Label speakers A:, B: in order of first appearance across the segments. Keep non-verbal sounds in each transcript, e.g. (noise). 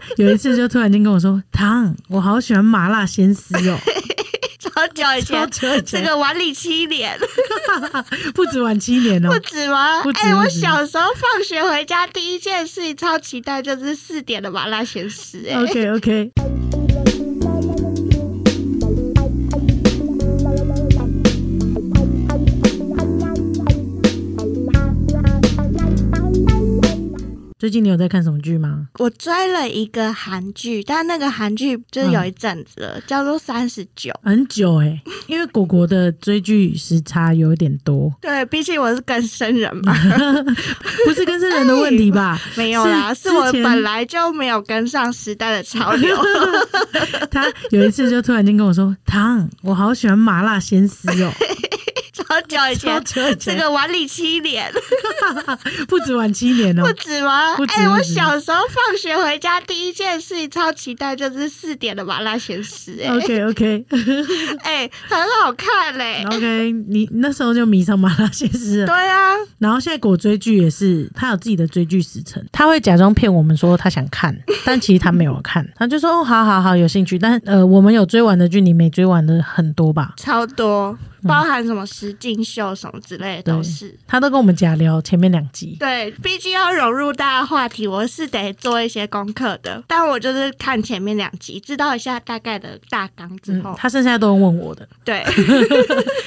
A: (laughs)
B: 有一次就突然间跟我说：“糖，我好喜欢麻辣鲜丝
A: (laughs)
B: 哦，
A: 超久以 (laughs)
B: 超
A: 前，
B: 久以
A: 啊这
B: 前
A: 个晚礼七年
B: 不止晚七年哦
A: 不。止吗
B: 不？止
A: 哎、
B: 不
A: 我
B: 止
A: 小时候放学回家第一件事情超期待就是四点的麻辣鲜师、哎
B: OK OK，最近你有在看什么剧吗？
A: 我追了一个韩剧，但那个韩剧就是有一阵子了，叫做《三十九》。
B: 很久哎、因为果果的追剧时差有一点多，
A: 对，毕竟我是更生人嘛，
B: 不是跟生人的问题吧？
A: (laughs) 没有啦，
B: 是
A: 是我
B: 之前
A: 本来就没有跟上时代的潮 (laughs) 流。
B: 他有一次就突然间跟我说：“糖，我好喜欢麻辣鲜丝
A: (laughs)
B: 哦，
A: 超久以
B: 超
A: 前，
B: 久以
A: 这
B: 前，
A: 个晚礼七年
B: 不止晚七年哦
A: 不。止吗
B: 不？止
A: 哎、我
B: 不止
A: 小时候放学回家第一件事情超期待就是四点的麻辣鲜师、哎
B: OK OK
A: 哎、很好看嘞、
B: (laughs) OK，你那时候就迷上麻辣鲜丝了
A: 对。啊，
B: 然后现在果追剧也是，他有自己的追剧时程，他会假装骗我们说他想看， (laughs) 但其实他没有看，他就说哦，好好好，有兴趣。但呃，我们有追完的剧，你没追完的很多吧？
A: 超多，
B: 嗯
A: 包含什么实境秀什么之类的都是。
B: 他都跟我们假聊前面两集，
A: 对，毕竟要融入大家话题，我是得做一些功课的。但我就是看前面两集，知道一下大概的大纲之
B: 嗯
A: 后，，
B: 他剩下都问我的。
A: 对 (laughs)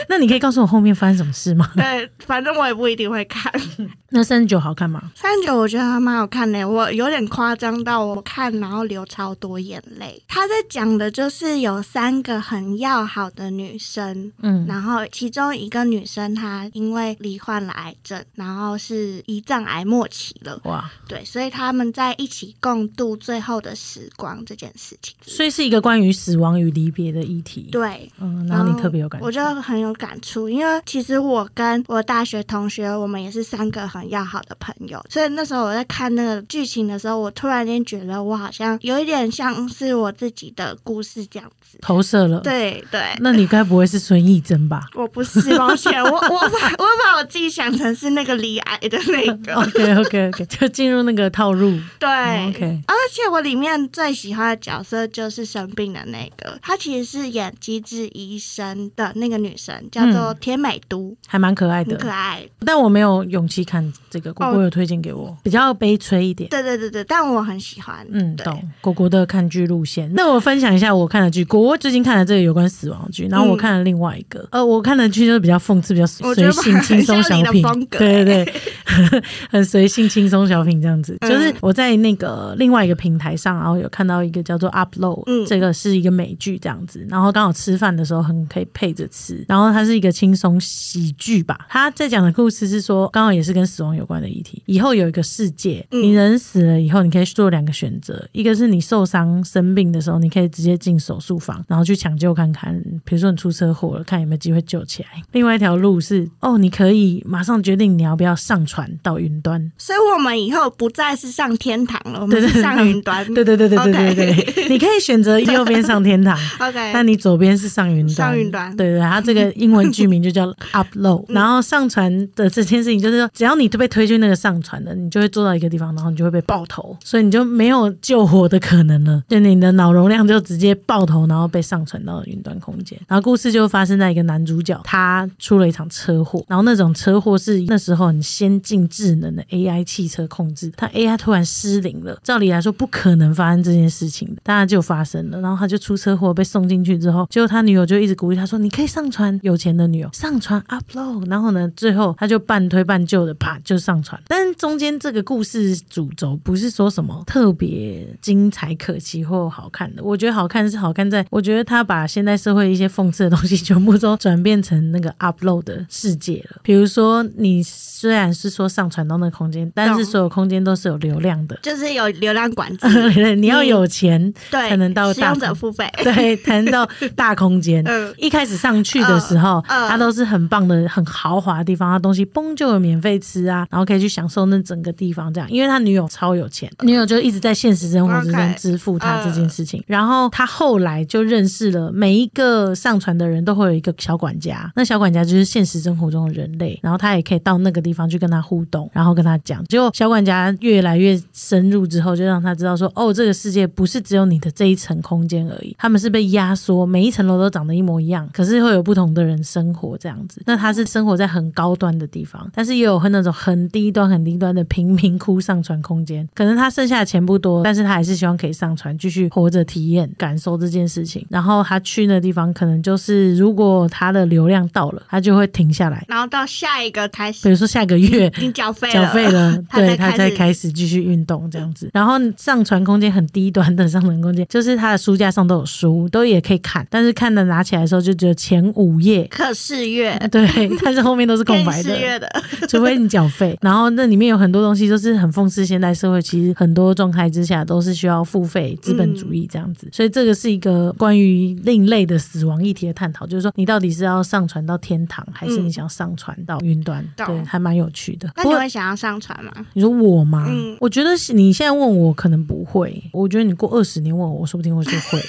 B: 那你可以告诉我后面发生什么事吗？
A: 对，反正我也不一定会看。
B: (laughs) 那三十九好看吗？
A: 三九我觉得还蛮好看的，我有点夸张到我看然后流超多眼泪。他在讲的就是有三个很要好的女生，
B: 嗯，
A: 然后其中一个女生她因为罹患了癌症，然后是胰脏癌末期了。
B: 哇，
A: 对，所以他们在一起共度最后的时光这件事情。
B: 所以是一个关于死亡与离别的议题。，
A: 对，
B: 嗯，然后你特别有感觉，
A: 我就很有感触，因为其实我跟我大学同学，我们也是三个很要好的朋友，所以那时候我在看那个剧情的时候，我突然间觉得我好像有一点像是我自己的故事这样子。
B: 投射了。，
A: 对对。
B: 那你该不会是孙艺珍
A: (laughs)
B: 吧
A: 我不是，抱歉，我我把我把我自己想成是那个离癌的那
B: (laughs)
A: 个，
B: ？OK OK OK，就进入那个套路。
A: 哦对、
B: 嗯哦 OK，
A: 而且我里面最喜欢的角色就是生病的那个，她其实是演《机智医生》的那个女生，叫
B: 嗯
A: 做田美都，
B: 还蛮可爱
A: 很
B: 的，
A: 可爱。
B: 但我没有勇气看这个。果果有推荐给我，比较悲催一点。
A: 哦对对对对，但我很喜欢。
B: 嗯，
A: 对
B: 懂果果的看剧路线。那我分享一下我看的剧，果果最近看了这个有关死亡的剧，然后我看了另外一个，呃，我看的剧就是比较讽刺、比较
A: 嗯我觉
B: 随
A: 得
B: 性、
A: 很
B: 轻松
A: 像
B: 小
A: 你的
B: 品
A: 风，格
B: 对对对， (laughs) 很随性、轻松小品这样子。就是
A: 嗯
B: 我在那个另外一个平台上，然后有看到一个叫做 Upload，、
A: 嗯
B: 这个是一个美剧这样子，然后刚好吃饭的时候很可以配着吃，然后它是一个轻松喜剧吧。它在讲的故事是说，刚好也是跟死亡有关的议题。以后有一个世界，
A: 嗯
B: 你人死了以后，你可以做两个选择，一个是你受伤生病的时候，你可以直接进手术房，然后去抢救看看，比如说你出车祸了，看有没有机会救起来。另外一条路是，哦，你可以马上决定你要不要上传到云端，
A: 所以我们以后不再是上天堂了，我们
B: 对对
A: 是
B: 对
A: 上云端。
B: (laughs) 对对对对对
A: OK
B: 对对，你可以选择右边上天堂。
A: OK，
B: 但你左边是上云端，
A: 上云端嗯
B: 对对，它这个英文剧名就
A: (laughs)
B: 叫 upload，然后上传的这件事情就是说，只要你被推去那个上传的，你就会做到一个地方，然后你就会被爆
A: 嗯
B: 头，所以你就没有救活的可能了，就你的脑容量就直接爆头，然后被上传到云端空间。然后故事就发生在一个男主角他出了一场车祸，然后那种车祸是那时候很先进智能的 AI 汽车控制，他 AI 突然失灵了，照理来说不可能发生这件事情的，但它就发生了，然后他就出车祸被送进去之后，结果他女友就一直鼓励他说：“你可以上传，有钱的女友上传 upload。”然后呢，最后他就半推半就的啪就上传，但中间这个故事主轴不是说什么特别精彩可期或好看的，我觉得好看是好看在，我觉得他把现代社会一些讽刺的东西全部都转变成那个 (laughs) upload 的世界了。比如说，你虽然是说上传到那个空间，但是
A: 懂。
B: 所有空间都是有流量的 (laughs)
A: 就是有流量管制，
B: 你要有钱，
A: 对，
B: 才能到
A: 使
B: 大
A: 用者
B: 堂
A: 付费。 (laughs)
B: 对，谈到大空间，
A: 嗯
B: 一开始上去的时候，
A: 嗯嗯
B: 它都是很棒的、很豪华的地方，它东西嘣就有免费吃啊，然后可以去享受那整个地方这样。因为他女友超有钱，女友就一直在现实生活之中
A: OK，
B: 支付他
A: 嗯
B: 这件事情。然后他后来就认识了每一个上传的人都会有一个小管家，那小管家就是现实生活中的人类，然后他也可以到那个地方去跟他互动，然后跟他讲。结果小管家越来越深入之后，就让他知道说，哦，这个世界不是只有你的这一层空间而已，他们是被压缩，每一层楼都长得一模一样，可是会有不同的人生活这样子。那他是生活在很高端的地方，但是也有很那种很低端、很低端的贫民窟上传空间。可能他剩下的钱不多，但是他还是希望可以上传，继续活着体验、感受这件事情。然后他去那地方，可能就是如果他的流量到了，他就会停下来。
A: 然后到下一个开始
B: 比如说下个月
A: 已经缴费
B: 缴
A: 了，
B: 费了， (laughs)
A: 他
B: 对
A: 才
B: 他
A: 开
B: 才
A: 始
B: 开始继续运动这样子。然后上传空间很低端的上传空间，就是他的书架上都有书，都也可以看，但是看的拿起来的时候就只有前五页。 (laughs)
A: 可试阅，
B: 对，但是后面都是空
A: 可
B: 白
A: 以
B: 的 (laughs)
A: 试，阅的，
B: 除非你缴费。然后那里面有很多东西，就是很讽刺现代社会，其实很多状态之下都是需要付费资本主
A: 嗯
B: 义这样子。所以这个是一个关于另类的死亡议题的探讨，就是说你到底是要上传到天堂，还是你
A: 嗯
B: 想上传到云端？
A: 懂
B: 对，还蛮有趣的。
A: 那
B: 不
A: 你
B: 过
A: 会想要上传吗？
B: 你说我吗？
A: 嗯
B: 我觉得是你现在问我可能不会，我觉得你过二十年问我，我说不定我就
A: (laughs)
B: 会。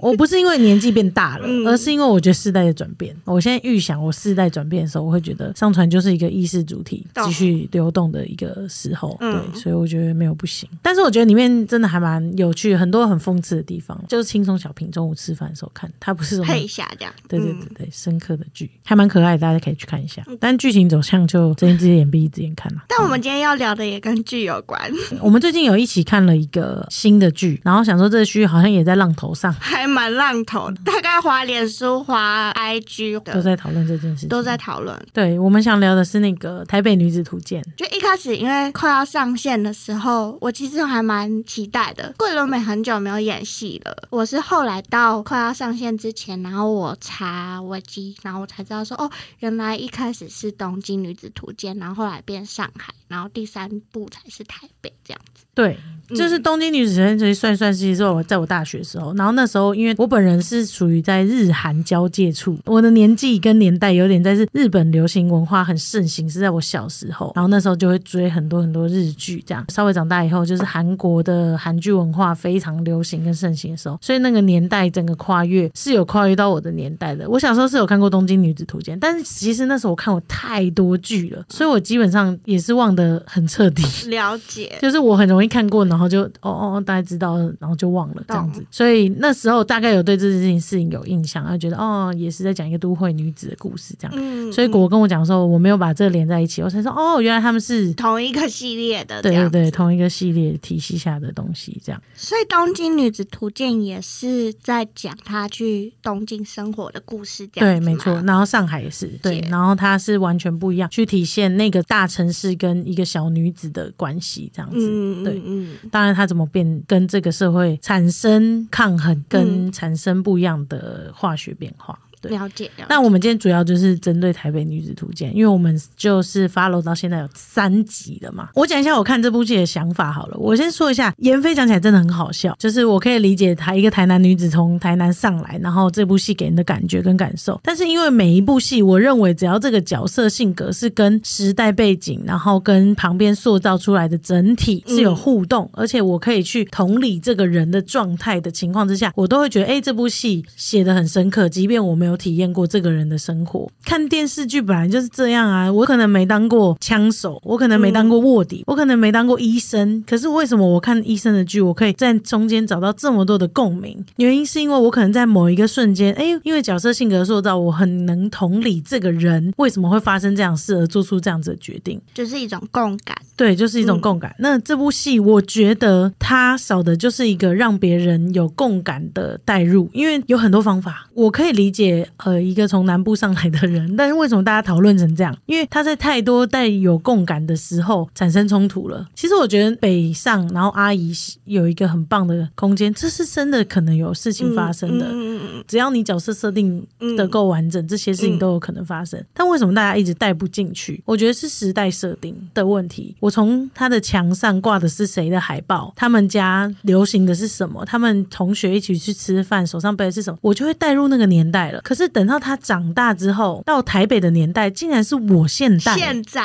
B: 我不是因为年纪变大了，
A: 嗯
B: 而是因为我觉得世代的转变。我现在预想我世代转变的时候，我会觉得上传就是一个意识主体
A: 懂
B: 继续流动的一个时候。
A: 嗯
B: 对，所以我觉得没有不行。但是我觉得里面真的还蛮有趣，很多很讽刺的地方，就是轻松小品中午吃饭的时候看，它不是什么
A: 配一下这样，
B: 对对
A: 嗯
B: 对对，深刻的剧还蛮可爱的，大家可以去看一下。但剧情走向就睁一只眼闭一只眼看啊啦、
A: 但我们今天要聊的也跟剧有关，
B: 我们最近有一起看了一个新的剧，然后想说这个剧好像也在浪头上，
A: 还蛮浪头的，大概滑脸书、滑 IG
B: 嗯都
A: 的
B: 在讨论这件事情。
A: 都在讨论。
B: 对，我们想聊的是那个《台北女子图鉴》，
A: 就一开始因为快要上线的时候，我其实还蛮期待的。桂纶镁很久没有演戏了，我是后来到快要上线之前，然后我查维基，然后我才知道说，哦，原来一开始是《东京女子图鉴》，然后后来变上海，然后第三部才是台北
B: 嗯
A: 这样。
B: 对，就是《东京女子图鉴》，其实算一算其实是我在我大学的时候，然后那时候因为我本人是属于在日韩交界处，我的年纪跟年代有点在是日本流行文化很盛行，是在我小时候，然后那时候就会追很多很多日剧，这样稍微长大以后，就是韩国的韩剧文化非常流行跟盛行的时候，所以那个年代整个跨越是有跨越到我的年代的。我小时候是有看过《东京女子图鉴》，但是其实那时候我看过太多剧了，所以我基本上也是忘得很彻底。
A: 了解，
B: 就是我很容易看过，然后就哦哦哦，大概知道了，然后就忘了这样子。所以那时候大概有对这件事情有印象，然后觉得哦，也是在讲一个都会女子的故事这样。
A: 嗯
B: 所以果跟我讲说，我没有把这连在一起，我才说哦，原来他们是
A: 同一个系列的这
B: 对
A: 样
B: 对对
A: 子。
B: 同一个系列体系下的东西这样。
A: 所以《东京女子图鉴》也是在讲她去东京生活的故事，这样
B: 对，
A: 子
B: 没
A: 吗
B: 错。然后上海也是对，然后它是完全不一样，去体现那个大城市跟一个小女子的关系这样子。
A: 嗯，
B: 对
A: 嗯嗯嗯，
B: 当然，他怎么变跟这个社会产生抗衡，跟
A: 嗯
B: 产生不一样的化学变化。对，
A: 了解。了解
B: 那我们今天主要就是针对《台北女子图鉴》，因为我们就是 follow 到现在有三集了嘛。我讲一下我看这部剧的想法好了。我先说一下，妍飞讲起来真的很好笑，就是我可以理解台一个台南女子从台南上来，然后这部戏给人的感觉跟感受。但是因为每一部戏，我认为只要这个角色性格是跟时代背景，然后跟旁边塑造出来的整体是有互动，而且我可以去同理这个人的状态的情况之下，我都会觉得，哎、这部戏写的很深刻，即便我没有体验过这个人的生活。看电视剧本来就是这样啊，我可能没当过枪手，我可能没当过卧底，我可能没当过医生，可是为什么我看医生的剧，我可以在中间找到这么多的共鸣？原因是因为我可能在某一个瞬间，哎、因为角色性格塑造，我很能同理这个人为什么会发生这样的事而做出这样子的决定。
A: 就是一种共感，
B: 对，就是一种
A: 嗯
B: 共感。那这部戏，我觉得它少的就是一个让别人有共感的代入，因为有很多方法，我可以理解，呃，一个从南部上来的人，但是为什么大家讨论成这样？因为他在太多带有共感的时候产生冲突了。其实我觉得北上，然后阿姨有一个很棒的空间，这是真的可能有事情发生的。
A: 嗯嗯
B: 只要你角色设定
A: 嗯
B: 的够完整，这些事情都有可能发生。但为什么大家一直带不进去？我觉得是时代设定的问题。我从他的墙上挂的是谁的海报，他们家流行的是什么，他们同学一起去吃饭，手上背的是什么，我就会带入那个年代了。可是等到他长大之后，到台北的年代，竟然是我现代。
A: 现在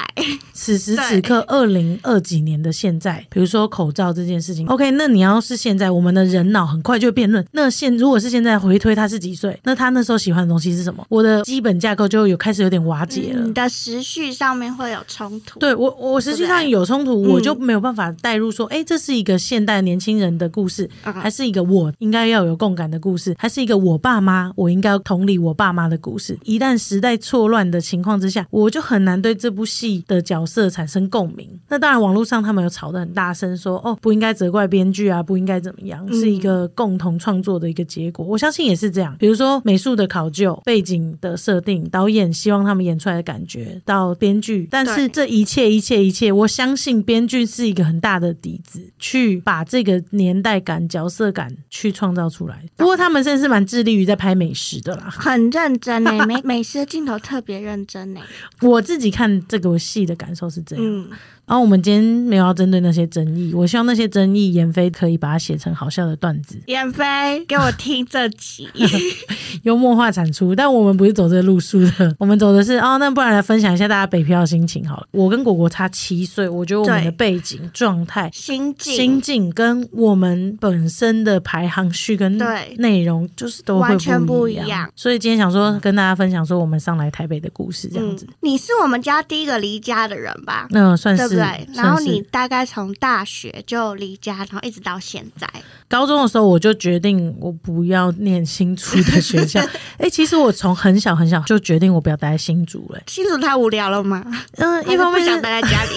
B: 此时此刻，二零二几年的现在，比如说口罩这件事情，OK，那你要是现在，我们的人脑很快就会辩论。那现如果是现在回推他是几岁，那他那时候喜欢的东西是什么？我的基本架构就有开始有点瓦解了。
A: 你 (laughs) 的时序上面会有冲突。
B: 对我，我实际上有冲突，
A: 对嗯
B: 我就没有办法带入说，哎、这是一个现代年轻人的故事，
A: 嗯
B: 还是一个我应该要有共感的故事，还是一个我爸妈我应该要同理我爸妈的故事。一旦时代错乱的情况之下，我就很难对这部戏的角色产生共鸣。那当然，网络上他们有吵得很大声，说哦不应该责怪编剧啊，不应该怎么样，是一个共同创作的一个结果。我相信也是这样。比如说美术的考究、背景的设定、导演希望他们演出来的感觉，到编剧，但是
A: 对
B: 这一切一切一切，我相信编剧是一个很大的底子，去把这个年代感、角色感去创造出来。不过他们真的是蛮致力于在拍美食的啦。
A: 很认真欸呢、 (laughs) 美美食的镜头特别认真欸呢、
B: 我自己看这个戏的感受是这样。
A: 嗯，
B: 然后我们今天没有要针对那些争议，我希望那些争议，闫飞可以把它写成好笑的段子，
A: 燕飞给我听这
B: (laughs)
A: 集，
B: 幽默化产出。但我们不是走这个路数的，我们走的是哦，那不然来分享一下大家北漂的心情好了。我跟果果差七岁，我觉得我们的
A: 对
B: 背景状态
A: 心境
B: 心境跟我们本身的排行序跟
A: 对
B: 内容就是都会
A: 完全
B: 不
A: 不
B: 一
A: 一
B: 样，
A: 样
B: 所以今天想说跟大家分享说我们上来台北的故事这样子，
A: 嗯，你是我们家第一个离家的人吧？
B: 那、算
A: 对
B: 是
A: 不对？然
B: 算
A: 后
B: 是
A: 你大概从大学就离家，然后一直到现在，
B: 高中的时候我就决定我不要念新竹的学
A: (laughs)
B: 校，哎、其实我从很小很小就决定我不要待在新竹了、
A: 新竹太无聊了吗？
B: 嗯、一方面
A: 还是不
B: 是
A: 想待在家
B: (laughs)
A: 里，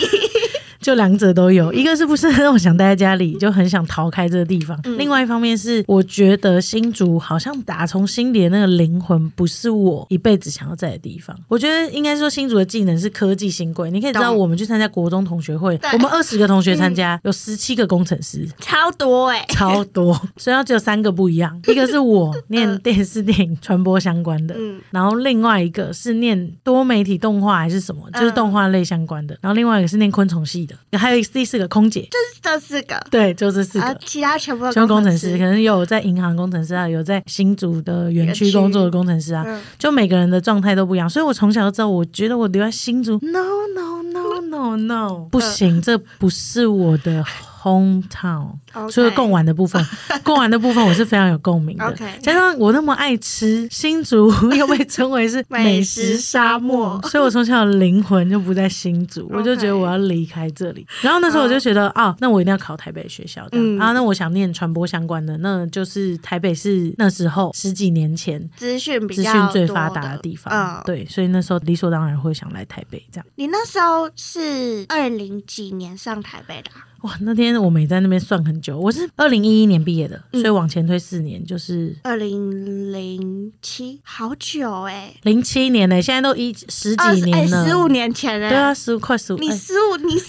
B: 就两者都有，一个是不是让我想待在家里，就很想逃开这个地方；，另外一方面是我觉得新竹好像打从心里的那个灵魂不是我一辈子想要在的地方。我觉得应该说新竹的技能是科技新贵，你可以知道
A: 懂
B: 我们去参加国中同学会
A: 对，
B: 我们二十个同学参加，有十七个工程师。
A: 超多哎、
B: 超多， (laughs) 所以它只有三个不一样，一个是我念电视电影传播相关的，
A: 嗯
B: 然后另外一个是念多媒体动画还是什么，就是动画类相关的，然后另外一个是念昆虫系的，还有第四个空姐，
A: 就是这四个，
B: (laughs) 对，就这四
A: 啊，
B: 个。
A: 其他全部都
B: 像工程师，可能有在银行工程师啊，有在新竹的园区
A: 园区
B: 工作的工程师啊，
A: 嗯
B: 就每个人的状态都不一样。所以我从小就知道，我觉得我留在新竹，no no no no no，不行，这不是我的 hometown。
A: OK
B: 除了贡丸的部分，贡丸的部分我是非常有共鸣的。
A: (laughs) OK
B: 加上我那么爱吃，新竹 (laughs) 又被称为是美
A: 美
B: 食
A: 食
B: 沙
A: 沙
B: 漠
A: 漠，
B: 所以我从小的灵魂就不在新竹，我就
A: OK
B: 觉得我要离开这里。然后那时候我就觉得，啊，那我一定要考台北学校这样、
A: 嗯
B: 啊，那我想念传播相关的，那就是台北是那时候十几年前。
A: 资讯比
B: 资
A: 较
B: 讯最
A: 多
B: 发达的地方，
A: 嗯，
B: 对，所以那时候理所当然会想来台北这样。
A: 你那时候是二零几年上台北的啊、
B: 哇，那天我们也在那边算很久，我是二零一一年毕业的，
A: 嗯
B: 所以往前推四年，就是
A: 二零零七，好久哎、
B: 零七年呢、现在都一十
A: 欸，
B: 几年了，
A: 十五、15年前哎、
B: 对啊，，十五快十五，
A: 你
B: 哎
A: 十五，你上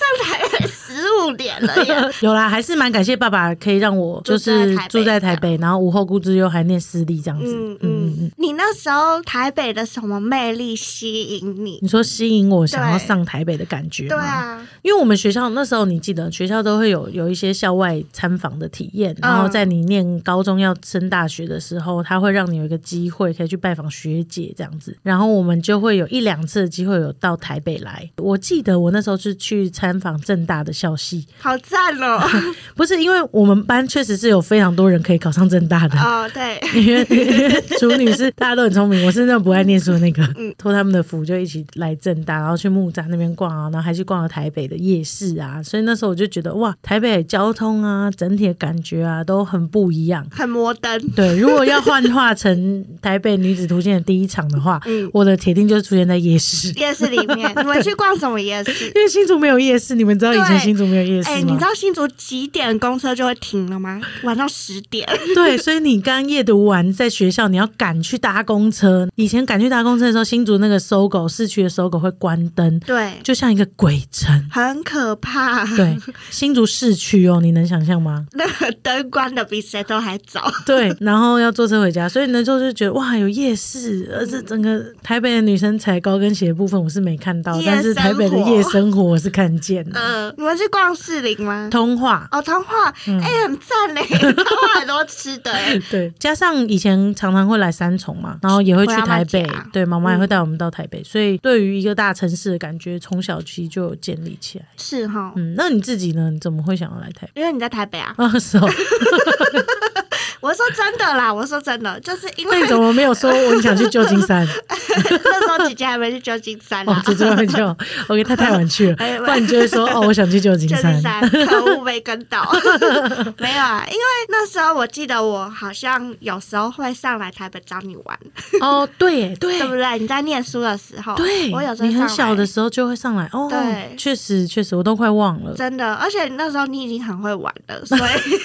B: (laughs)
A: 台北十五年了耶，
B: 有啦，还是蛮感谢爸爸可以让我就
A: 住在
B: 是
A: 台北
B: 住在台北，然后无后顾之忧还念私立这样子。
A: 嗯
B: 嗯
A: 嗯，你那时候台北的什么魅力吸引你？
B: 你说吸引我想要
A: 对
B: 上台北的感觉吗？
A: 对啊，
B: 因为我们学校那时候，你记得学校都会有有一些校外参访的体验，然
A: 嗯
B: 后在你念高中要升大学的时候，他会让你有一个机会可以去拜访学姐这样子，然后我们就会有一两次的机会有到台北来。我记得我那时候是去参访正大的校系，
A: 好赞哦！
B: (laughs) 不是因为我们班确实是有非常多人可以考上正大的。 (laughs)
A: 哦，对，
B: 因为处女
A: (laughs)
B: 是大家都很聪明，我是那种不爱念书的那个，
A: 嗯
B: 托他们的福就一起来正大，然后去木栅那边逛啊，然后还去逛了台北的夜市啊，所以那时候我就觉得哇，台北的交通啊，整体的感觉啊都很不一样。
A: 很摩登。
B: 对，如果要幻化成台北女子图鉴的第一场的
A: 嗯
B: 话，我的铁定就是出现在夜市，
A: 夜市里面，你们去逛什么夜市？
B: 因为新竹没有夜市，你们知道以前
A: 对
B: 新竹没有夜市吗？
A: 哎、你知道新竹几点公车就会停了吗？晚上十点。
B: (laughs) 对，所以你刚夜读完，在学校你要赶去搭公车。以前赶去搭公车的时候，新竹那个搜狗市区的搜狗会关灯，
A: 对，
B: 就像一个鬼城。
A: 很可怕。
B: 对，新竹市区哦，你能想象吗？
A: (laughs) 那个灯关的比谁都还早。
B: 对，然后要坐车回家，所以那时候就觉得哇，有夜市，而这整个台北的女生踩高跟鞋的部分我是没看到，
A: 夜
B: 但是台北的
A: 生活
B: 夜生活我是看见的。
A: 呃，你们去逛士林吗？
B: 通话嗯
A: 哦，通化，哎、很赞嘞！通化很多多吃的欸、
B: (laughs)
A: (laughs)
B: 对，加上以前常常会来三重嘛，然后也会去台北
A: 回阿妈家，嗯
B: 对，妈妈也会带我们到台北，所以对于一个大城市的感觉，从小期就有建立起来。
A: 是哈。
B: 嗯，那你自己呢？你怎么会想要来台北？ (laughs)
A: 因为你在台北啊，
B: 啊，是
A: (laughs)
B: 哦，
A: 我说真的啦，我说真的，就是因
B: 那
A: 为
B: 你怎么没有说我很想去旧金
A: (laughs)
B: 山？
A: 那时候姐姐还没去旧金山
B: 哦
A: 啦，，
B: 这这很久，OK，他太晚去了，
A: (laughs) 哎
B: 不然你就会说哦，我想去旧金
A: 旧
B: 山
A: 金。山，可恶没跟
B: (laughs)
A: 到，没有啊，因为那时候我记得我好像有时候会上来台北找你玩，
B: 哦，对耶，对
A: 对不对？你在念书的时候，
B: 对，
A: 我有时候
B: 你很
A: 上
B: 小
A: 来
B: 的时候就会上来哦，
A: 对
B: 确实确实，我都快忘了，
A: 真的，而且那时候你已经很会玩了，
B: (laughs)
A: 所以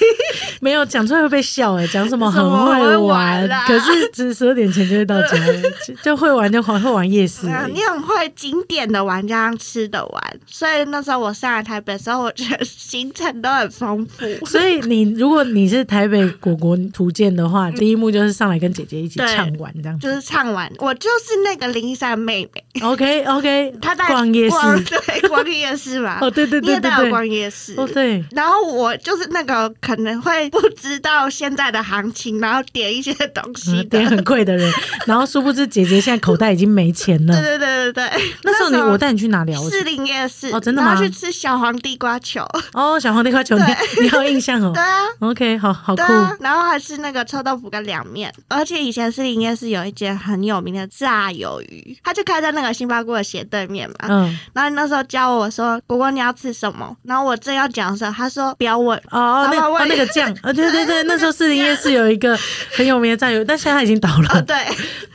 B: 没有讲出来会被笑哎，讲什么
A: (laughs) 什
B: 很
A: 么
B: 会
A: 会
B: 玩
A: 玩，啊啦
B: 可是只十二点前就会到家了，就就会玩就玩会玩夜市而
A: 嗯
B: 已
A: (laughs) 你。很会景点的玩，加上吃的玩，所以那时候我上来台北的时候，我觉得行程都很丰
B: (laughs)
A: 富。
B: 所以你如果你是台北果果图鉴的
A: (laughs)
B: 话，第一幕就是上来跟姐姐一起
A: 对
B: 唱玩这样
A: 就
B: 子。
A: 是唱完，我就是那个林珊妹妹，
B: OK OK，
A: 她带
B: 逛夜市
A: 逛 (laughs) 对，逛夜市嘛。
B: 哦，对对
A: 你
B: 对
A: 也
B: 对
A: 带我
B: 对，
A: 逛夜市，
B: 哦对，
A: 然后我就是那个可能会不知道现在的行情，然后点一些东西
B: 嗯
A: 的。
B: 点很贵的人，然后殊不知姐姐现在口袋已经没钱
A: (laughs) (laughs) 对
B: 了。
A: 对对对对，
B: 那时候你我带你去哪里啊？我
A: 士林夜市
B: 哦真的吗
A: 然后去吃小黄地瓜
B: (laughs)
A: 球，
B: 哦，小黄那块球，你你好有印象哦
A: 对。啊。
B: OK，好好酷
A: 对。啊，然后还吃那个臭豆腐跟凉面，而且以前士林夜市有一间很有名的炸鱿鱼，它就开在那个星巴克的斜对面嘛。
B: 嗯，
A: 然后那时候教我说：“果果你要吃什么？”然后我正要讲的时候，他说：“不要问。
B: 哦哦，那
A: 老板
B: 哦
A: 我也
B: 那个酱，啊对对
A: (laughs)
B: 对，那时候士林夜市有一个很有名的酱油，但现在它已经倒”
A: (laughs) 哦，
B: 了。
A: 对，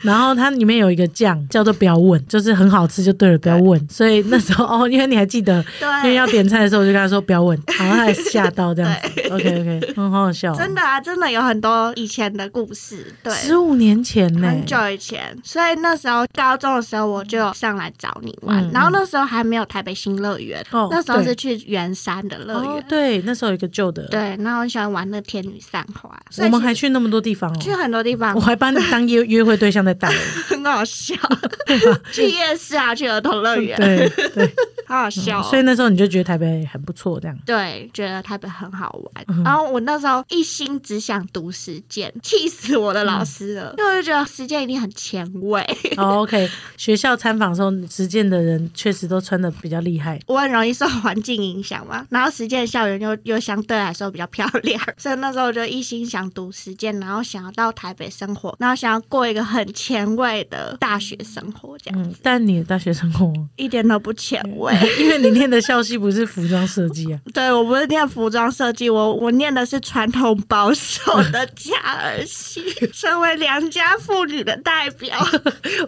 B: 然后它里面有一个酱叫做不要问，就是很好吃就对了，不要问。
A: (laughs)
B: 所以那时候哦， (laughs) 因为你还记得，因为
A: 对，
B: 要点菜的时候我就跟他说不要问，然后他还吓到这样子。OK OK，很好好笑哦。
A: (laughs) 真的啊，真的有很多以前的故事，对，
B: 十五年前呢，
A: 很久以前，所以那时候高中的时候我就有上来找你玩，
B: 嗯
A: 然后那时候还没有台北新乐园，
B: 哦
A: 那时候
B: 对
A: 是去圆山的乐园。
B: 哦，对，那时候有一个旧的，
A: 对，然后我喜欢玩那天女散花，所
B: 我
A: 以
B: 们
A: 其
B: 还去那么多地方哦
A: 实。去很多地方
B: 我，还把你当约约会对象在带，
A: (laughs) 很
B: (laughs)
A: 好笑。去夜市啊，去儿童乐园，
B: 对对，
A: 好好笑、哦。
B: 所以那时候你就觉得台北很不错，这样。
A: 对，觉得台北很好玩。
B: 嗯
A: 然后我那时候一心只想读实践，气死我的
B: 嗯
A: 老师了，因为我就觉得实践一定很前卫。 (laughs)
B: 哦、o k 学校参访的时候，实践的人确实都穿的比较厉害。
A: 我很容易受环境影响嘛，然后实践校园又又相对来说比较漂亮， (laughs) 所以那时候我就一心想读实践，然后想要到台北生活，然后想要过一个很前卫的大学生活，这样、
B: 嗯，但你的大学生活， (laughs)
A: 一点都不前卫。
B: 因为你念的校系不是服装设计啊，
A: (laughs) 对我不是念服装设计，我我念的是传统保守的假儿戏，身为良家妇女的代表。
B: 啊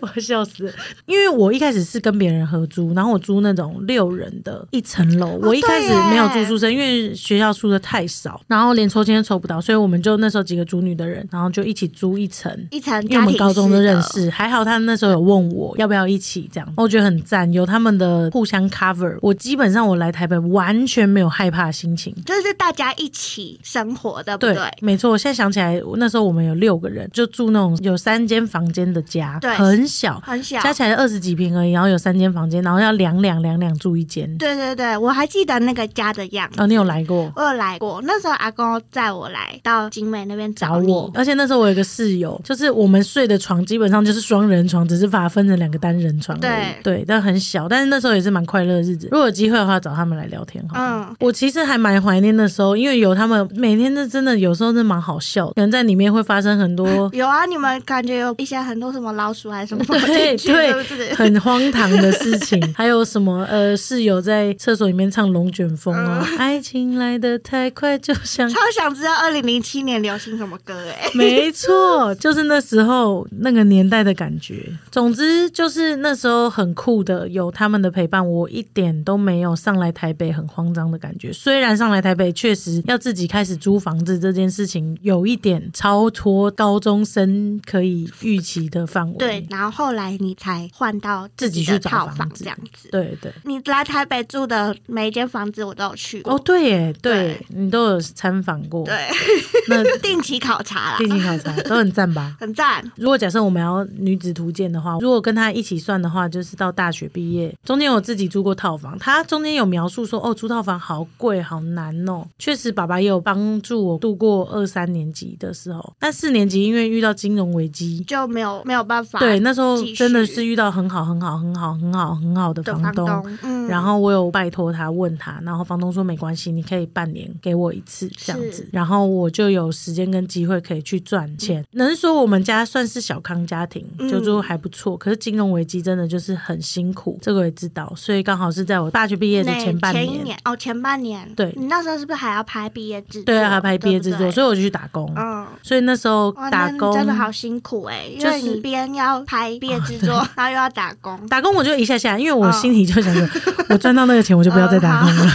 B: 我要笑死了。因为我一开始是跟别人合租，然后我租那种六人的一层楼，我一开始
A: 哦对耶
B: 没有住宿舍，因为学校宿舍太少，然后连抽签都抽不到，所以我们就那时候几个租女的人，然后就一起租一层。
A: 一层
B: 因为我
A: 家
B: 们
A: 庭
B: 高中
A: 式
B: 就
A: 的
B: 认，识，还好他那时候有问我要不要一起这样，我觉得很赞，有他们的互相 cover，我基本上我来台北完全没有害怕的心情。
A: 就是大家一起生活，对不
B: 对
A: 对？，
B: 没错。我现在想起来，我那时候我们有六个人，就住那种有三间房间的家，
A: 对
B: 很小，
A: 很小，
B: 加起来二十几平而已，然后有三间房间，然后要两两两两住一间。
A: 对对对，我还记得那个家的样子。
B: 哦，你有来过？
A: 我有来过，那时候阿公载我来到景美那边
B: 找
A: 你
B: 我，而且那时候我有一个室友，就是我们睡的床基本上就是双人床，只是把它分成两个单人床而已。对，但很小，但是那时候也是蛮快乐的日子。如果有机会的话，找他们来聊天好了。
A: 嗯
B: 我其实还蛮怀念那时候，因为有他们，每天那真的有时候是蛮好笑的，可能在里面会发生 (laughs) 很多
A: 有啊，你们感觉有一些很多什么老鼠还是什么
B: (laughs) 对
A: 进去，
B: 对
A: 是不是？
B: 很荒唐的事情， (laughs) 还有什么呃室友在厕所里面唱《龙卷风》啊，爱情来得太快，就像
A: 超想知道二零零七年流行什么歌哎、 (laughs)
B: 没错，就是那时候那个年代的感觉。总之就是那时候很酷的，有他们的陪伴，我一点都没有上来台北很慌张的感觉。虽然上来台北确实要自己开始租房子这件事情，有一点超脱高中生可以预期的范围。
A: 对，然后后来你才换到
B: 嗯己去
A: 的
B: 找
A: 套
B: 房
A: 房
B: 子
A: 这样子。
B: 对对。
A: 你来台北住的每一间房子我都有去过，
B: 哦，对耶，对
A: 对
B: 耶你都有参访过，
A: 对，
B: 那 (laughs)
A: 定期考察啦，
B: 电信考察都很赞吧？
A: 很赞。
B: 如果假设我们要女子图鉴的话，如果跟他一起算的话，就是到大学毕业中间我自己租租过套房，他中间有描述说，哦，租套房好贵，好难哦。确实，爸爸也有帮助我度过二三年级的时候，但四年级因为遇到金融危机，
A: 就没有没有办法
B: 对，那时候
A: 继续
B: 真的是遇到很好、很好、很好、很好、很好的
A: 的
B: 房
A: 房
B: 东。
A: 东，嗯，
B: 然后我有拜托他问他，然后房东说没关系，你可以半年给我一次这样子
A: 是，
B: 然后我就有时间跟机会可以去赚钱。能说我们家算是小康家庭，
A: 嗯
B: 就住还不错，可是金融危机真的就是很辛苦，这个我也知道，所以刚好是在我大学毕业的
A: 那
B: 前半
A: 一
B: 年。
A: 年哦，前半年，
B: 对
A: 你那时候是不是还要拍毕业制作？
B: 对啊，还拍毕业制
A: 对
B: 作，
A: 不对
B: 所以我就去打工。
A: 嗯。
B: 所以那时候
A: 哇，
B: 打
A: 那你
B: 工
A: 真的好辛苦哎、因为
B: 就是哦
A: 你边要拍毕业制作，然后又要打工，
B: 打工我就一下下，因为我
A: 嗯
B: 心里就
A: (laughs)
B: 想着，我赚到那个钱我就不要再打工了。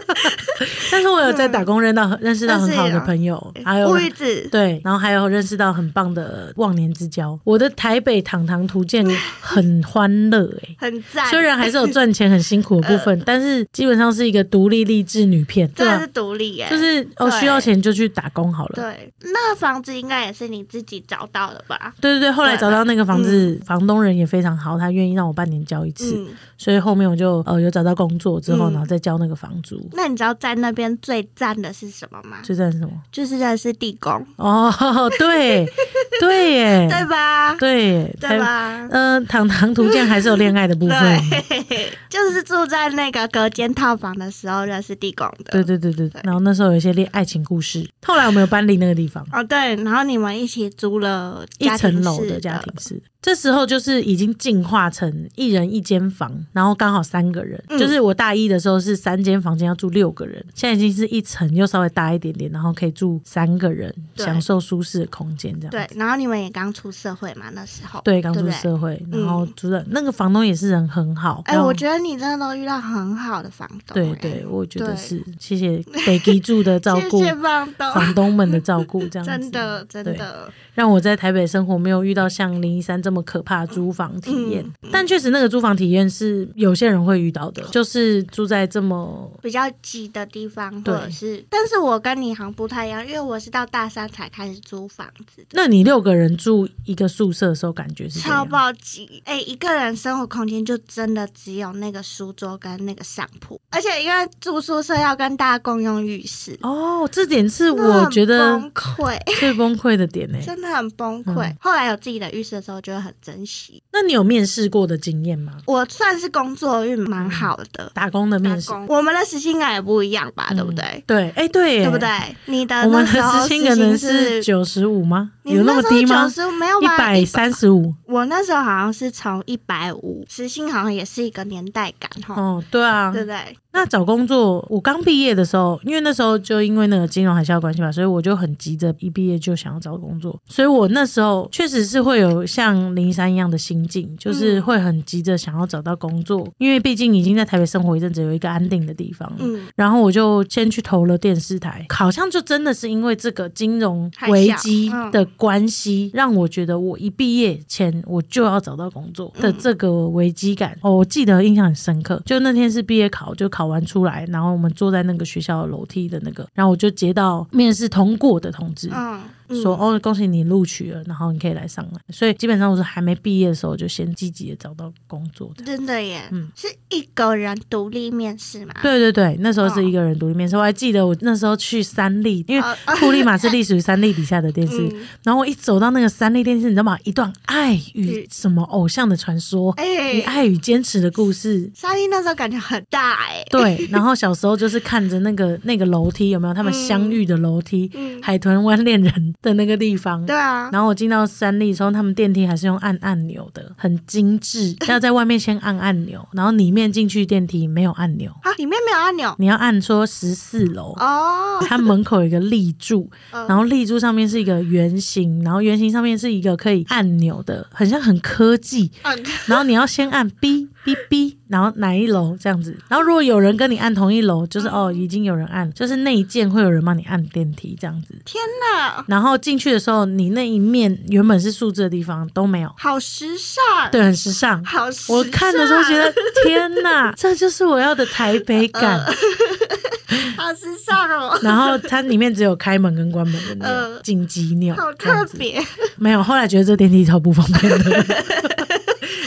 B: (laughs) 但是我有在打工认到很认识到很好的朋友，还有
A: 乌鱼子
B: 对，然后还有认识到很棒的忘年之交。我的台北堂堂图鉴很欢乐哎、
A: 很赞，
B: 虽然还是有赚钱很辛苦的部
A: (laughs) 嗯
B: 分，但是基本上是一个独立励志女片，对
A: 真的
B: 吧
A: 是？独立哎、
B: 就是哦，
A: 对
B: 需要钱就去打工好了。
A: 对，那个房子应该也是你自己找到的吧？
B: 对对对，后来
A: 对
B: 找到那个房子，房东人也非常好，他愿意让我半年交一次。
A: 嗯，
B: 所以后面我就呃有找到工作之后，
A: 嗯
B: 然后再交那个房租。
A: 那你知道在那边最赞的是什么吗？
B: 最赞是什么？
A: 就是认识地公，
B: 哦，对对
A: (laughs)
B: 耶，
A: 对吧？
B: 对耶
A: 对？吧？
B: 嗯、呃，糖糖图鉴还是有恋爱的部分。
A: 对，就是住在那个隔间套房的时候认识地公的。
B: 对对对对，
A: (laughs) 对
B: 然后那时候有一些恋爱情故事，后来我们有搬离那个地方，
A: 哦，对，然后你们一起租了
B: 一
A: 家庭
B: 层楼
A: 式
B: 的家庭式，这时候就是已经进化成一人一间房，然后刚好三个人，
A: 嗯
B: 就是我大一的时候是三间房间要住六个人，现在已经是一层又稍微大一点点，然后可以住三个人，
A: 对
B: 享受舒适的空间这样。
A: 对，然后你们也刚出社会嘛，那时候。
B: 对，刚出
A: 不对
B: 社会，
A: 嗯
B: 然后主任、那个房东也是人很好。
A: 哎、
B: 然后
A: 我觉得你真的都遇到很好的房东、
B: 对
A: 哎
B: 对，我觉得
A: 对
B: 是，谢谢北基住的照顾
A: (laughs) 谢，谢房东，
B: 房东们的照顾，这样子
A: 真的真的，
B: 让我在台北生活没有遇到像零一三这么可怕的租房
A: 嗯
B: 体验。但确实，那个租房体验是有些人会遇到的，就是住在这么
A: 比较挤的地方，或
B: 对
A: 者是，但是我跟你好像不太一样，因为我是到大三才开始租房子的，
B: 那你六个人住一个宿舍的时候，感觉是怎
A: 超
B: 样？
A: 爆挤。哎、一个人生活空间就真的只有那个书桌跟那个上铺，而且因为住宿舍要跟大家共用浴室，
B: 哦，这点是
A: 那很
B: 我觉得
A: 崩溃，
B: 最崩溃的点呢、欸
A: (laughs) 真的很崩溃。
B: 嗯
A: (laughs) 后来有自己的浴室的时候，就会很珍惜。
B: 那你有面试过的经验吗？
A: 我算是工作运
B: 嗯
A: 蛮好的，
B: 打工的
A: 打
B: 面试，
A: 工我们的时薪感也不一样吧，对不对？
B: 对，哎、对耶，
A: 对不对？你的
B: 我们
A: 那时候
B: 的时薪可能是
A: 是，
B: 九十五吗？
A: 你
B: 有那么低吗
A: 九？十没有
B: 一
A: 吧？
B: 百三十五？
A: 我那时候好像是从一百五，时薪好像也是一个年代感哈，
B: 哦，对啊。
A: 对不对？
B: 那找工作，我刚毕业的时候，因为那时候就因为那个金融海啸的关系吧，所以我就很急着一毕业就想要找工作，所以我那时候确实是会有像林珊一样的心境，
A: 嗯
B: 就是会很急着想要找到工作，因为毕竟已经在台北生活一阵子，有一个安定的地方了。
A: 嗯，
B: 然后我就先去投了电视台，好像就真的是因为这个金融危机的关系，让我觉得我一毕业前我就要找到工作的这个危机感。哦，我记得印象很深刻，就那天是毕业考，就考完出来，然后我们坐在那个学校的楼梯的那个，然后我就接到面试通过的通知。
A: 嗯，嗯
B: 说哦，恭喜你录取了，然后你可以来上来。所以基本上我是还没毕业的时候，我就先积极的找到工作。
A: 真的耶，
B: 嗯
A: 是一个人独立面试嘛？
B: 对对对，那时候是一个人独立面试，我还记得我那时候去三立，因为
A: 哦，
B: 库利马是隶属于三立底下的电视，
A: 嗯，
B: 然后我一走到那个三立电视，你知道吗？一段爱与什么偶像的传说，与
A: 哎，
B: 爱与坚持的故事。
A: 沙莉那时候感觉很大哎， (laughs)
B: 对，然后小时候就是看着那个那个楼梯有没有他们相遇的楼梯，
A: 嗯，
B: 海豚湾恋人的那个地方。
A: 对啊，
B: 然后我进到三立的时候，他们电梯还是用按按钮的，很精
A: (laughs)
B: 致。要在外面先按按钮，然后里面进去电梯没有按钮，
A: 啊，里面没有按钮
B: 你要按说十四楼，
A: 哦，
B: 它门口有一个立柱，
A: 嗯
B: 然后立柱上面是一个圆形，然后圆形上面是一个可以按钮的，很像很科技。
A: 嗯
B: 然后你要先按 B B B，然后哪一楼这样子。然后如果有人跟你按同一楼，就是哦已经有人按，就是那一键会有人帮你按电梯这样子。
A: 天哪，
B: 然后进去的时候，你那一面原本是数字的地方都没有，
A: 好时尚，
B: 对，很时尚。
A: 好时尚，
B: 我看的时候觉得天哪，这就是我要的台北感。
A: 好时尚 (laughs) 哦，
B: 然后它里面只有开门跟关门的钮，
A: 嗯
B: 紧急钮，
A: 好
B: 这样
A: 特
B: 子
A: 别，
B: 没有，后来觉得这电梯超不方便的。 (laughs)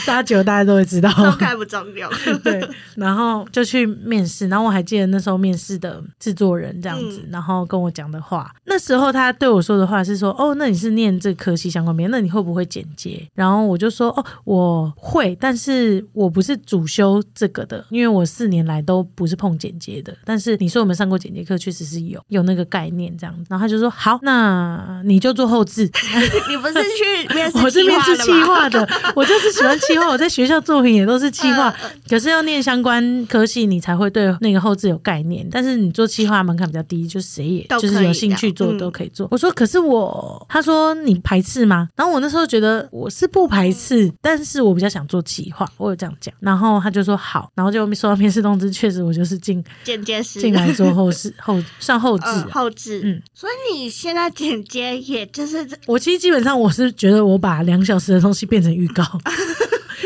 B: 大家久，大家都会知道。
A: 中看不中用。
B: 对，然后就去面试，然后我还记得那时候面试的制作人这样子，然后跟我讲的话，那时候他对我说的话是说，哦，那你是念这科系相关面，那你会不会剪接？然后我就说，哦，我会，但是我不是主修这个的，因为我四年来都不是碰剪接的。但是你说我们上过剪接课，确实是有有那个概念这样子。然后他就说，好，那你就做后置。 (laughs)
A: 你不是去面试
B: 我是
A: 计
B: 面
A: 划
B: 试
A: 的
B: 企
A: 吗
B: 划的，我就是喜欢企划。我在学校作品也都是企划，可是要念相关科系，你才会对那个后置有概念。但是你做企划门槛比较低，就谁也
A: 都可
B: 就
A: 以
B: 是有兴趣
A: 这
B: 做
A: 样
B: 都可以做。我说，可是我，他说你排斥吗？然后我那时候觉得我是不排斥，但是我比较想做企划，我有这样讲。然后他就说好，然后就收到面试通知，确实我就是进
A: 剪接师
B: 进来做后事后算后置啊、
A: 嗯，后置，
B: 嗯
A: 所以你现在剪接也就是这
B: 我其实基本上我是觉得我把两小时的东西变成预
A: (laughs)
B: 告，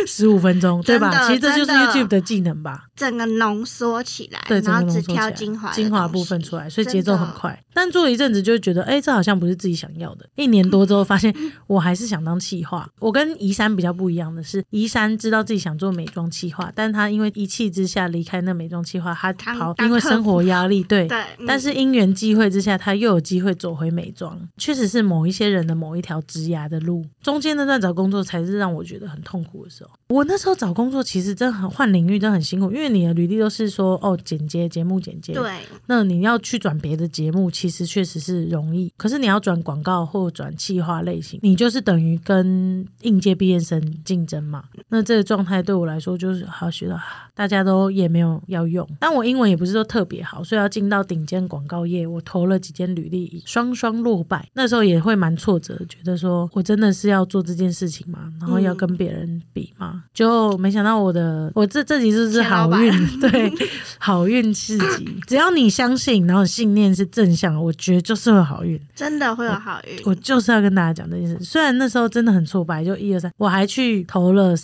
B: 十五分钟，对
A: 真的
B: 吧？其实这就是
A: 真的
B: YouTube 的技能吧，
A: 整个浓缩起来，
B: 对，整
A: 然
B: 个
A: 后
B: 浓
A: 只
B: 缩起
A: 挑
B: 来，
A: 精华的
B: 精华
A: 东西
B: 部分出来，所以节奏很。
A: 真的
B: 快。但做一阵子就会觉得，哎，这好像不是自己想要的。一年多之后发现，
A: 嗯
B: (laughs) 我还是想当企划。我跟宜山比较不一样的是，宜山知道自己想做美妆企划，但他因为一气之下离开那美妆企划，他
A: 当
B: 跑，
A: 当
B: 因为
A: 客
B: 生
A: 服
B: 活压力，
A: (laughs)
B: 对，
A: 对，嗯
B: 但是因缘机会之下，他又有机会走回美妆，确实是某一些人的某一条职涯的路。中间那段找工作才是让我觉得很痛苦的时候。我那时候找工作其实真的很换领域，真的很辛苦，因为你的履历都是说哦剪接节目剪接，
A: 对，
B: 那你要去转别的节目，其实确实是容易，可是你要转广告或转企划类型，你就是等于跟应届毕业生竞争嘛。那这个状态对我来说就是好学到，啊大家都也没有要用，但我英文也不是说特别好，所以要进到顶尖广告业，我投了几间履历，双双落败。那时候也会蛮挫折，觉得说我真的是要做这件事情吗？然后要
A: 嗯
B: 跟别人比吗？就没想到我的我这这集就是
A: 钱老
B: 好
A: 板
B: 运，对。好运四级，只要你相信，然后信念是正向的，我觉得就是会有好运。
A: 真的会有好运。
B: 我就是要跟大家讲这件事。虽然那时候真的很挫败，就一二三，我还去投了。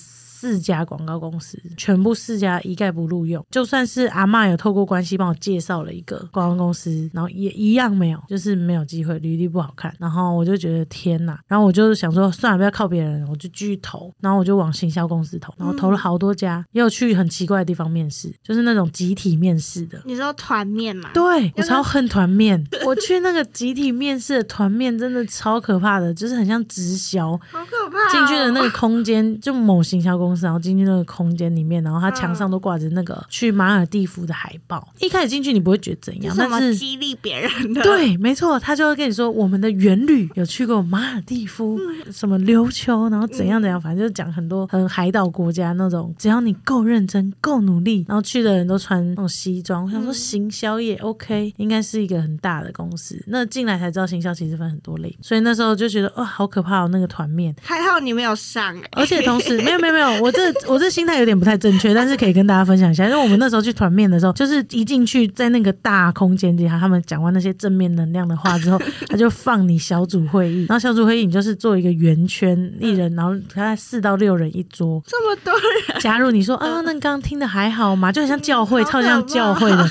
B: 四家广告公司全部四家一概不录用，就算是阿嬷有透过关系帮我介绍了一个广告公司，然后也一样没有，就是没有机会，履历不好看。然后我就觉得天哪，然后我就想说算了，不要靠别人了，我就继续投。然后我就往行销公司投，然后投了好多家，也有去很奇怪的地方面试，就是那种集体面试的。
A: 你说团面嘛？
B: 对我
A: 那
B: 超恨团面，我去那个集体面试的团面真的超可怕的，就是很像直销。
A: 好可怕哦！
B: 进去的那个空间，就某行销公司，然后进去那个空间里面，然后它墙上都挂着那个去马尔蒂夫的海报。一开始进去你不会觉得怎
A: 就
B: 样，
A: 什
B: 但
A: 么
B: 是
A: 激励别人的？，
B: 对，没错，他就会跟你说，我们的元旅有去过马尔蒂夫，什么琉球，然后怎样怎样，反正就讲很多很海岛国家那种。只要你够认真、够努力，然后去的人都穿那种西装。我想说，
A: 嗯
B: 行销业 OK，应该是一个很大的公司。那进来才知道，行销其实分很多类，所以那时候就觉得哇，好可怕哦，那个团面。
A: 还好你没有上哎。
B: 而且同时，没有没有没有，我这 (laughs) 我这心态有点不太正确，但是可以跟大家分享一下，因为我们那时候去团面的时候，就是一进去在那个大空间底下，他们讲完那些正面能量的话之后，
A: (laughs)
B: 他就放你小组会议，然后小组会议你就是做一个圆圈，一人，然后大概四到六人一桌，
A: 这么多人，
B: 假如你说啊，那你刚刚听的还好吗？就很像教会，
A: 嗯好可
B: 超像教会
A: (laughs)
B: 的。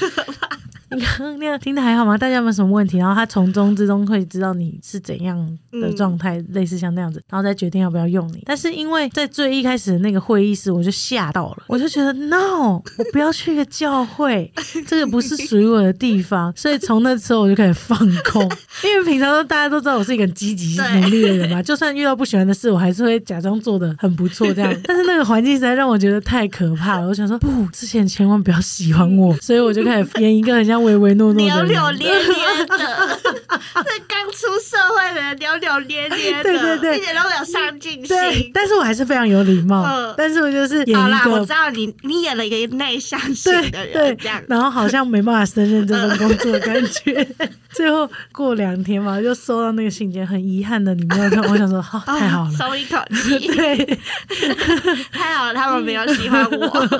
B: 你刚刚那样听的还好吗？大家有没有什么问题？然后他从中之中会知道你是怎样
A: 嗯
B: 的状态，类似像那样子，然后再决定要不要用你。但是因为在最一开始的那个会议室，我就吓到了，我就觉得 no，我不要去一个教
A: (laughs)
B: 会，这个不是属于我的地方。所以从那之后我就开始放
A: (laughs)
B: 空，因为平常都大家都知道我是一个很积极
A: 对
B: 努力的人嘛，就算遇到不喜欢的事，我还是会假装做的很不错这
A: (laughs)
B: 样。但是那个环境实在让我觉得太可怕了，我想说不，之前千万不要喜欢
A: (laughs)
B: 我，所以我就开始演一个很像唯唯诺诺
A: 扭
B: 的
A: 扭
B: 人。
A: 捏捏的， (laughs) 这刚出社会的人扭扭捏捏的，
B: (laughs) 对对对
A: 一点都没有上进
B: 对
A: 心，。
B: 但是我还是非常有礼貌，
A: 嗯
B: 但是我就是演
A: 好
B: 一
A: 啦，我
B: 个
A: 知道你，你演了一个内向
B: 对
A: 型的
B: 对
A: 人，这样，哦
B: 然后好像没办法胜任这份工作的感
A: (laughs)
B: 觉。最后过两天嘛，就收到那个信件，很遗憾的你没有中。我想说，好、
A: (laughs) 哦
B: 太好了。
A: 松一口
B: (laughs)
A: 气，
B: 对，
A: 太好了，他们没有喜欢
B: (laughs)
A: 我，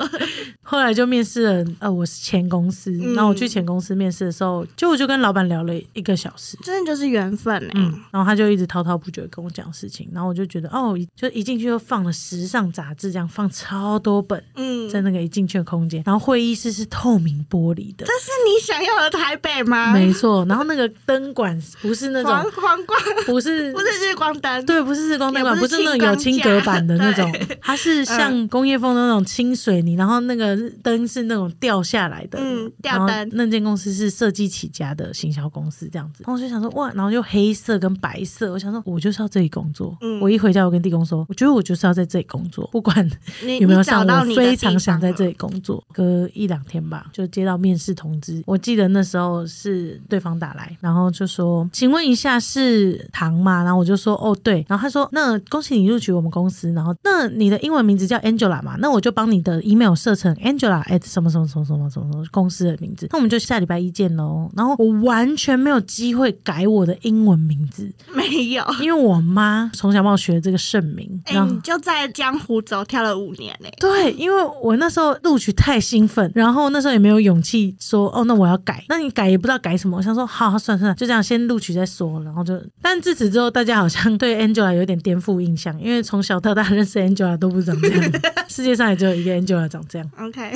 B: 后来就面试了，呃，我是前公司，
A: 嗯
B: 然后我去前公司面试的时候，就我就跟老板聊了一个小时，
A: 真的就是缘分哎、
B: 嗯，然然后他就一直滔滔不绝地跟我讲事情，然后我就觉得哦，一就一进去就放了时尚杂志，这样放超多本
A: 嗯，
B: 在那个一进去的空间，然后会议室是透明玻璃的，
A: 这是你想要的台北吗？
B: 没错，然后那个灯管不是那
A: 黄
B: 种，
A: 黄光
B: 不是
A: 不是日光灯，
B: 对，不是日光灯管，
A: 也
B: 不
A: 不
B: 是
A: 是
B: 那种有轻隔板的那种
A: 轻钢嗯架，
B: 它是像工业风的那种清水泥，然后那个灯是那种掉下来的，
A: 嗯
B: 然后
A: 吊灯
B: 那间公司是设计起家的行销公司这样子，然后我就想说哇，然后就黑色跟白色，我想说我就是要这里工作。
A: 嗯
B: 我一回家，我跟地公说，我觉得我就是要在这里工作，不管
A: 你
B: 有没有
A: 你
B: 上
A: 找
B: 我
A: 到你的
B: 非
A: 地方
B: 常想在这
A: 了。
B: 里工作。隔一两天吧，就接到面试通知。我记得那时候是对方打来，然后就说：“请问一下是唐吗？”然后我就说：“哦，对。”然后他说：“那恭喜你录取我们公司。然后那你的英文名字叫 Angela 嘛？那我就帮你的 email 设成 Angela at 什么什么什么什么什么什么公司的名字。那我们就下礼拜一见喽。”然后我完全没有机会改我的英文名字，
A: 没有。
B: 因为我妈从小帮我学这个圣名。
A: 哎、
B: (laughs) 然后
A: 你就在江湖走跳了五年欸嘞、
B: 对，因为我那时候录取太兴奋，然后那时候也没有勇气说哦，那我要改。那你改也不知道改什么，我想说好，算了算了，就这样先录取再说。然后就，但自此之后，大家好像 (laughs) 对 Angela 有点颠覆印象，因为从小到大认识 Angela 都不长这样，
A: (laughs)
B: 世界上也只有一个 Angela 长这样。
A: OK，、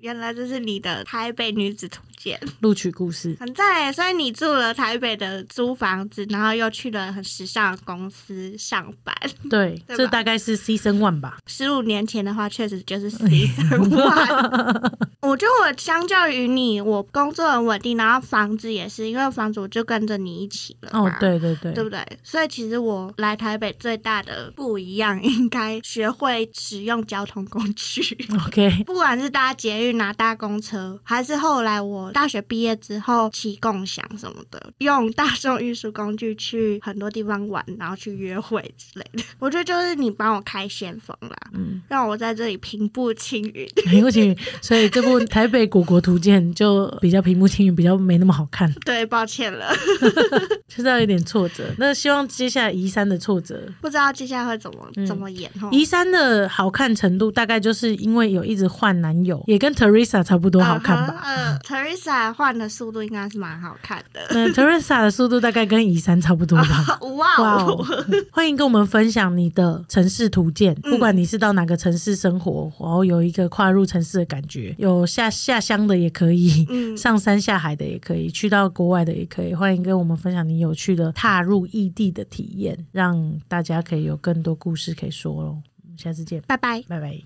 A: 原
B: 嗯
A: (laughs) 来这是你的台北女子图鉴，
B: 录取故事，
A: 很赞欸所以你住了台北的租房子，然后又去了很时尚的公司上班。
B: 对，
A: 对吧
B: 这大概是 season one 吧。
A: 十五年前的话，确实就是 C 三万。 (laughs) 我觉得我相较于你，我工作很稳定，然后房子也是，因为房子我就跟着你一起了
B: 哦
A: 嘛，
B: 对对对，
A: 对不对？所以其实我来台北最大的不一样，应该学会使用交通工具。
B: OK， (laughs)
A: 不管是搭捷运、啊、搭公车，还是后来我大学毕业之后骑共享什么的，用大众运输工具去很多地方玩，然后去约会之类的。我觉得就是你帮我开先锋啦，
B: 嗯
A: 让我在这里平步青云。 (laughs)
B: 平步青云，所以这部《台北果国图鉴》就比较平步青云，比较没那么好看。 (laughs)
A: 对，抱歉了，
B: 就是要有点挫折。那希望接下来移山的挫折，
A: 不知道接下来会怎么、
B: 嗯
A: 怎么演哦。
B: 移山的好看程度大概就是因为有一直换男友，也跟 Teresa 差不多好看吧。
A: 嗯哼呃，Teresa 换的速度应该是蛮好看的。
B: 那呃 Teresa 的速度大概跟移山差不多
A: (laughs)
B: 吧。
A: 哇
B: 哇
A: 哦
B: 哦！欢迎跟我们分享你的城市图鉴，
A: 嗯
B: 不管你是到哪个城市生活，然后有一个跨入城市的感觉，有下下乡的也可以，
A: 嗯
B: 上山下海的也可以，去到国外的也可以。欢迎跟我们分享你有趣的踏入异地的体验，让大家可以有更多故事可以说喽。我们下次见，
A: 拜拜。
B: 拜拜。